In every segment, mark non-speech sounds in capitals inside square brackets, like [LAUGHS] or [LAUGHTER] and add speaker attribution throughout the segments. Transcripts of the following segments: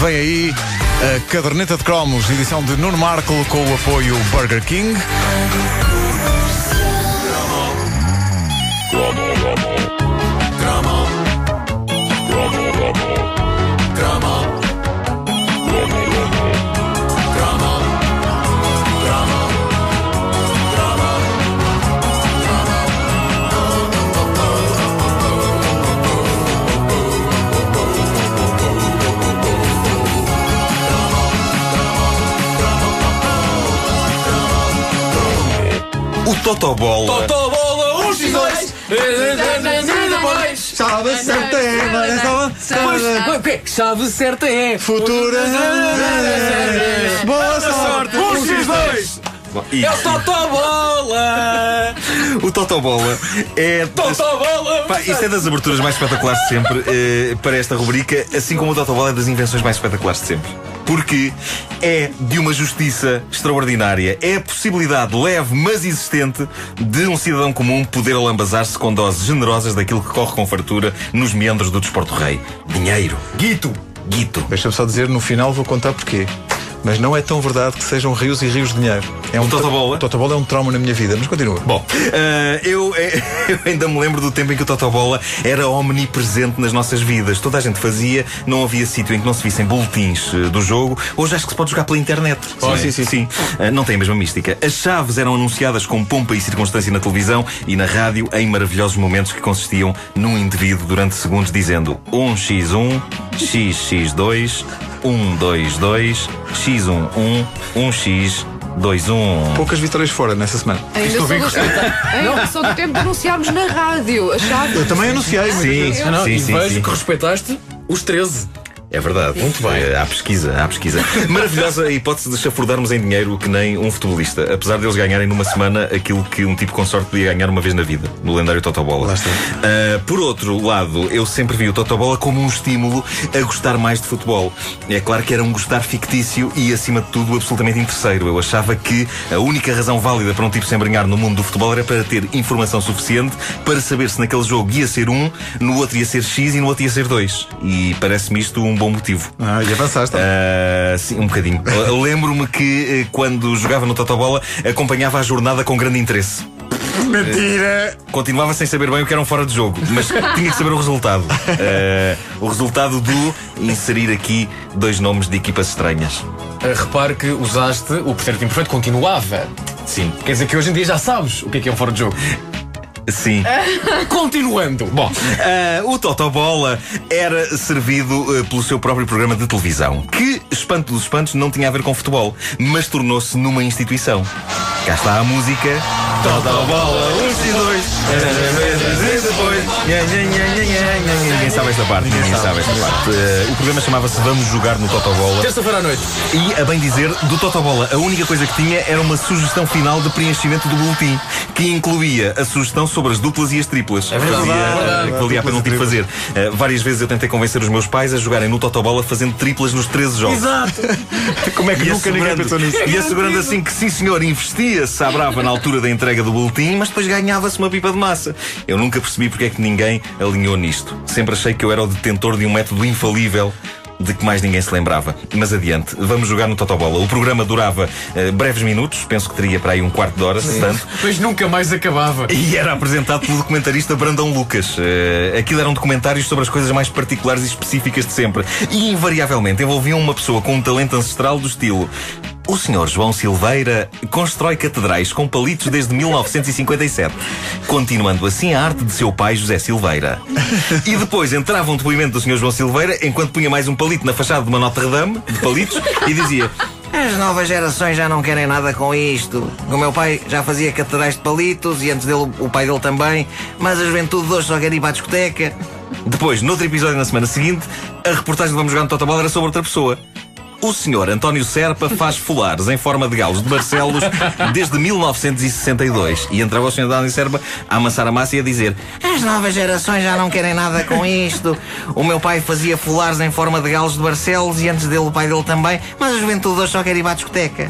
Speaker 1: Vem aí a Caderneta de Cromos, edição de Nuno Marco com o apoio Burger King.
Speaker 2: O Totobola.
Speaker 3: Totobola, um, x dois.
Speaker 1: Chave certa é, mas não-
Speaker 3: Pois, Ah, o é quê? Chave certa é.
Speaker 1: Futura. Boa sorte.
Speaker 3: Um, x dois.
Speaker 2: E-
Speaker 3: É o Totobola.
Speaker 2: o Totobola é.
Speaker 3: Totobola.
Speaker 2: Pá, isto é das aberturas mais espetaculares de sempre eh, para esta rubrica, assim como o Totobola é das invenções mais espetaculares de sempre. Porque é de uma justiça extraordinária. É a possibilidade leve, mas existente, de um cidadão comum poder alambazar-se com doses generosas daquilo que corre com fartura nos meandros do desporto rei. Dinheiro. Guito. Guito.
Speaker 1: Deixa-me só dizer, no final vou contar porquê. Mas não é tão verdade que sejam rios e rios de dinheiro. É
Speaker 2: Um totobola?
Speaker 1: tra- Totobola é um trauma na minha vida, mas continua.
Speaker 2: Bom, eh, eu, eh, [LAUGHS] eu ainda me lembro do tempo em que o Totobola era omnipresente nas nossas vidas. Toda a gente fazia, não havia sítio em que não se vissem boletins eh, do jogo. Hoje acho que se pode jogar pela internet. não é?
Speaker 1: sim, sim.
Speaker 2: Eh, não tem a mesma mística. As chaves eram anunciadas com pompa e circunstância na televisão e na rádio em maravilhosos momentos que consistiam num indivíduo durante segundos dizendo 1x1, XX2, 122, X11, 1x21.
Speaker 1: Poucas vitórias fora nessa semana.
Speaker 4: Ainda sou, do tempo, ainda sou do tempo de anunciarmos na rádio. A chave.
Speaker 1: Eu também anunciei, mas
Speaker 2: Sim,
Speaker 3: Ah, não,
Speaker 2: sim,
Speaker 3: e
Speaker 2: sim,
Speaker 3: vejo
Speaker 2: sim.
Speaker 3: que respeitaste os 13.
Speaker 2: É verdade. Muito bem. há pesquisa, há pesquisa. Maravilhosa [LAUGHS] a hipótese de chafurdarmos em dinheiro que nem um futebolista, apesar deles ganharem numa semana aquilo que um tipo com sorte podia ganhar uma vez na vida, no lendário Totobola.
Speaker 1: Lá está.
Speaker 2: Ah, por outro lado, eu sempre vi o Totobola como um estímulo a gostar mais de futebol. É claro que era um gostar fictício e, acima de tudo, absolutamente interesseiro. Eu achava que a única razão válida para um tipo se embrenhar no mundo do futebol era para ter informação suficiente para saber se naquele jogo ia ser um, no outro ia ser X e no outro ia ser dois. E parece-me isto um bom motivo.
Speaker 1: Ah, e avançaste.
Speaker 2: Ah, sim, um bocadinho. [LAUGHS] Eu Lembro-me que eh, quando jogava no Totobola acompanhava a jornada com grande interesse.
Speaker 1: Mentira!
Speaker 2: Continuava sem saber bem o que era um fora de jogo, mas tinha que saber o resultado. Eh, o resultado do inserir aqui dois nomes de equipas estranhas.
Speaker 3: Ah, Repare que usaste o perfeito imperfeito continuava.
Speaker 2: Sim.
Speaker 3: Quer dizer que hoje em dia já sabes o que é que é um fora de jogo.
Speaker 2: Sim.
Speaker 3: Continuando. Bom,
Speaker 2: Ah, o Totobola era servido eh, pelo seu próprio programa de televisão, que, espanto dos espantos, não tinha a ver com futebol, mas tornou-se numa instituição. Cá está a música. Totobola, uns e dois. E depois. Nha, nha, nha, nha, nha, nha, nha. Ninguém sabe esta parte, ninguém sabe esta parte. Eh, o programa chamava-se Vamos Jogar no Totobola.
Speaker 3: terça-feira à noite.
Speaker 2: E, a bem dizer, do Totobola, a única coisa que tinha era uma sugestão final de preenchimento do boletim, que incluía a sugestão sobre as duplas e as triplas. É
Speaker 3: verdade, é verdade.
Speaker 2: que valia a pena não ter de fazer. Eh, várias vezes eu tentei convencer os meus pais a jogarem no Totobola fazendo triplas nos 13 jogos.
Speaker 3: Exato.
Speaker 2: Como é
Speaker 1: que nunca ninguém pensou nisso?
Speaker 2: E assegurando assim que sim senhor, investia-se à brava na altura da entrega do boletim, mas depois ganhava-se uma pipa de massa. Eu nunca percebi porque é que ninguém alinhou nisto. Sempre achei que eu era o detentor de um método infalível de que mais ninguém se lembrava. Mas adiante, vamos jogar no Totobola. O programa durava eh, breves minutos, penso que teria para aí um quarto de hora, se tanto.
Speaker 3: Mas nunca mais acabava.
Speaker 2: [LAUGHS] E era apresentado pelo documentarista Brandon Lucas. Eh, aquilo eram documentários sobre as coisas mais particulares e específicas de sempre. E invariavelmente envolviam uma pessoa com um talento ancestral do estilo. O senhor João Silveira constrói catedrais com palitos desde 1957, continuando assim a arte de seu pai José Silveira. E depois entrava um depoimento do senhor João Silveira enquanto punha mais um palito na fachada de uma Notre Dame, de palitos, e dizia:
Speaker 5: As novas gerações já não querem nada com isto. O meu pai já fazia catedrais de palitos e antes dele o pai dele também, mas a juventude de hoje só quer ir para a discoteca.
Speaker 2: Depois, noutro episódio na semana seguinte, a reportagem de Vamos Jogar no Totobola era sobre outra pessoa. O senhor António Serpa faz folares em forma de galos de Barcelos desde 1962. E entrava o senhor António Serpa a amassar a massa e a dizer:
Speaker 5: As novas gerações já não querem nada com isto. O meu pai fazia folares em forma de galos de Barcelos e antes dele o pai dele também, mas a juventude hoje só quer ir à discoteca.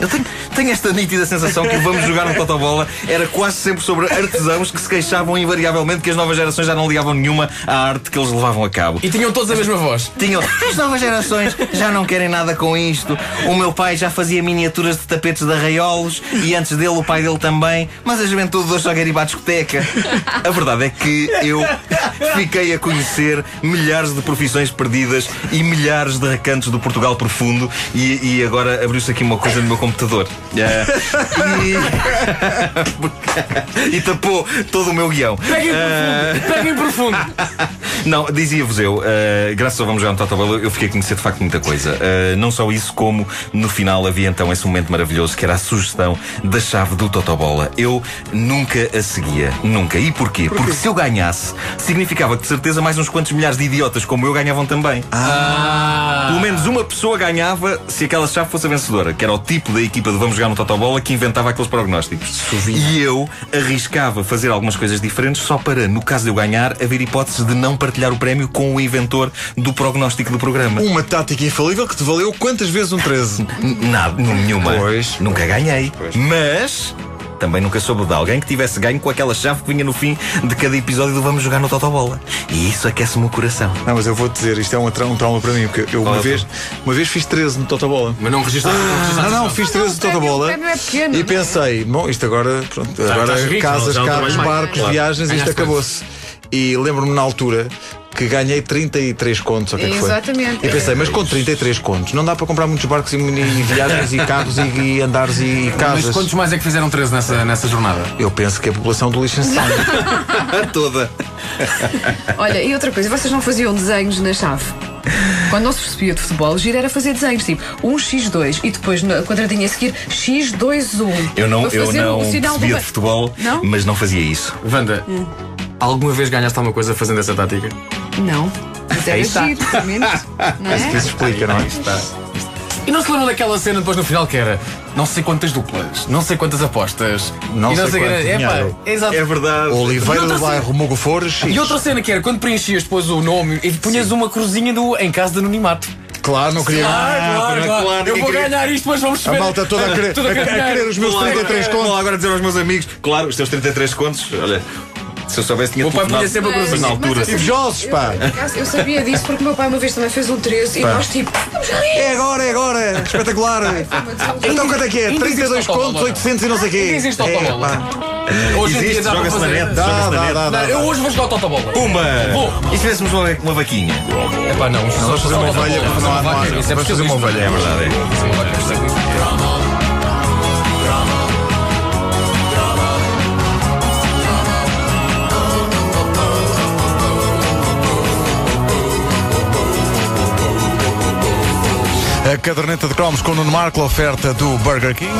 Speaker 2: Eu tenho, tenho esta nítida sensação que o vamos jogar no Totobola era quase sempre sobre artesãos que se queixavam invariavelmente que as novas gerações já não ligavam nenhuma à arte que eles levavam a cabo.
Speaker 3: E tinham todos a mesma voz.
Speaker 2: Tinham.
Speaker 5: As novas gerações já não querem nada com isto. O meu pai já fazia miniaturas de tapetes de arraiolos e antes dele o pai dele também, mas a juventude hoje só quer ir à discoteca.
Speaker 2: A verdade é que eu fiquei a conhecer milhares de profissões perdidas e milhares de recantos do Portugal profundo e, e agora abriu-se aqui uma coisa no meu computador. Eh, [LAUGHS] e... e tapou todo o meu guião.
Speaker 3: Peguem
Speaker 2: Eh.
Speaker 3: profundo, peguem profundo.
Speaker 2: Não, dizia-vos eu, eh, graças ao Vamos Jogar no Total Bola, eu fiquei a conhecer de facto muita coisa. Eh, não só isso, como no final havia então esse momento maravilhoso que era a sugestão da chave do Totobola. Eu nunca a seguia. Nunca. E porquê? Porque se eu ganhasse, significava que de certeza mais uns quantos milhares de idiotas como eu ganhavam também.
Speaker 3: Ah.
Speaker 2: Pelo menos uma pessoa ganhava se aquela chave fosse a vencedora, que era o tipo da equipa de Vamos Jogar no Totobola que inventava aqueles prognósticos. E eu arriscava fazer algumas coisas diferentes só para, no caso de eu ganhar, haver hipótese de não partilhar o prémio com o inventor do prognóstico do programa.
Speaker 1: Uma tática infalível que te valeu quantas vezes um 13?
Speaker 2: N- Nada, nenhuma.
Speaker 1: Pois.
Speaker 2: Nunca ganhei. Mas. Também nunca soube de alguém que tivesse ganho com aquela chave que vinha no fim de cada episódio do Vamos Jogar no Totobola. E isso aquece-me o coração.
Speaker 1: Não, mas eu vou te dizer, isto é um, tra- um trauma para mim, porque eu uma
Speaker 2: Qual é o
Speaker 1: vez, uma vez fiz 13 no Totobola.
Speaker 3: Mas não registraste. não
Speaker 1: Ah,
Speaker 3: registraste
Speaker 1: não,
Speaker 3: nada.
Speaker 1: fiz
Speaker 4: não,
Speaker 1: 13 no
Speaker 4: o prémio- o
Speaker 1: Totobola
Speaker 4: prémio é pequeno,
Speaker 1: e
Speaker 4: não é?
Speaker 1: pensei, bom, isto agora, pronto, agora
Speaker 3: estás rico,
Speaker 1: casas,
Speaker 3: já não
Speaker 1: carros,
Speaker 3: trabalhas mais.
Speaker 1: barcos,
Speaker 3: Claro.
Speaker 1: viagens, isto
Speaker 3: Ganhaste
Speaker 1: acabou-se. E lembro-me na altura que ganhei 33 contos, ou o que é que foi?
Speaker 4: Exatamente.
Speaker 1: E pensei, mas com 33 contos, não dá para comprar muitos barcos e, e viagens e carros e, e andares e, e
Speaker 3: Mas
Speaker 1: casas.
Speaker 3: quantos mais é que fizeram 13 nessa, nessa jornada?
Speaker 1: Eu penso que é a população do licenciado.
Speaker 2: A toda.
Speaker 4: Olha, e outra coisa, vocês não faziam desenhos na chave? Quando não se percebia de futebol, giro era fazer desenhos, tipo 1x2 e depois na quadradinha a seguir x21.
Speaker 2: Eu não, eu não
Speaker 4: do
Speaker 2: percebia de futebol,
Speaker 4: Não?
Speaker 2: mas não fazia isso.
Speaker 3: Wanda, alguma vez ganhaste alguma coisa fazendo essa tática?
Speaker 4: Não. Mas
Speaker 3: Aí
Speaker 4: era
Speaker 3: está.
Speaker 4: giro, pelo menos. Não é?
Speaker 1: Isso explica, não é?
Speaker 3: E não se lembram daquela cena depois no final que era não sei quantas duplas, não sei quantas apostas,
Speaker 1: Não
Speaker 3: e não
Speaker 1: sei
Speaker 3: sei,
Speaker 1: quanto
Speaker 3: quantas. É
Speaker 1: dinheiro.
Speaker 3: pá, exato.
Speaker 2: verdade.
Speaker 1: Oliveira
Speaker 3: E outra
Speaker 1: do bairro Mugo Flores.
Speaker 3: E outra cena que era quando preenchias depois o nome e punhas uma cruzinha do, em caso de anonimato. Ah,
Speaker 1: Claro, não queria. Ah,
Speaker 2: claro, claro,
Speaker 3: Eu
Speaker 2: quem
Speaker 3: vou
Speaker 2: queria-
Speaker 3: ganhar isto, mas vamos
Speaker 1: A
Speaker 3: ver.
Speaker 1: malta toda a querer,
Speaker 3: Tudo
Speaker 1: a, a
Speaker 3: ganhar.
Speaker 1: querer os meus
Speaker 2: Vou lá-
Speaker 1: 33
Speaker 2: Vou
Speaker 1: contos.
Speaker 2: lá agora dizer aos meus amigos, claro, os teus 33 contos, olha, se eu soubesse tinha
Speaker 3: O meu pai punha
Speaker 2: telefonado,
Speaker 3: sempre a
Speaker 2: mas
Speaker 3: cruzinha.
Speaker 2: é na altura.
Speaker 4: Mas eu sabia-
Speaker 1: Invejosos, pá.
Speaker 4: Eu, por acaso, eu sabia disso porque o meu pai uma vez também fez um 13 e nós tipo. "Vamos lá, é
Speaker 1: É agora, é agora. Espetacular.
Speaker 2: um
Speaker 1: Então quanto é que é?
Speaker 3: Ainda existe
Speaker 1: 32
Speaker 3: autobola.
Speaker 1: contos, 800 e não sei o quê.
Speaker 3: Ainda existe autobola.
Speaker 1: É, pá.
Speaker 3: Hoje em dia
Speaker 2: Existe,
Speaker 3: dá para
Speaker 2: joga-se na
Speaker 3: fazer.
Speaker 2: net.
Speaker 1: Dá, dá, dá,
Speaker 3: Não,
Speaker 1: dá.
Speaker 3: Eu hoje vou jogar o Totobola.
Speaker 2: Uma!
Speaker 3: Vou.
Speaker 2: E se tivéssemos uma, uma vaquinha?
Speaker 3: É pá, não. Vamos
Speaker 1: fazer uma ovelha, não há- não há-
Speaker 3: Isso é
Speaker 1: vamos fazer uma
Speaker 3: preciso.
Speaker 1: ovelha.
Speaker 2: É verdade, é.
Speaker 1: A caderneta de cromos com o Nuno Marco, oferta do Burger King.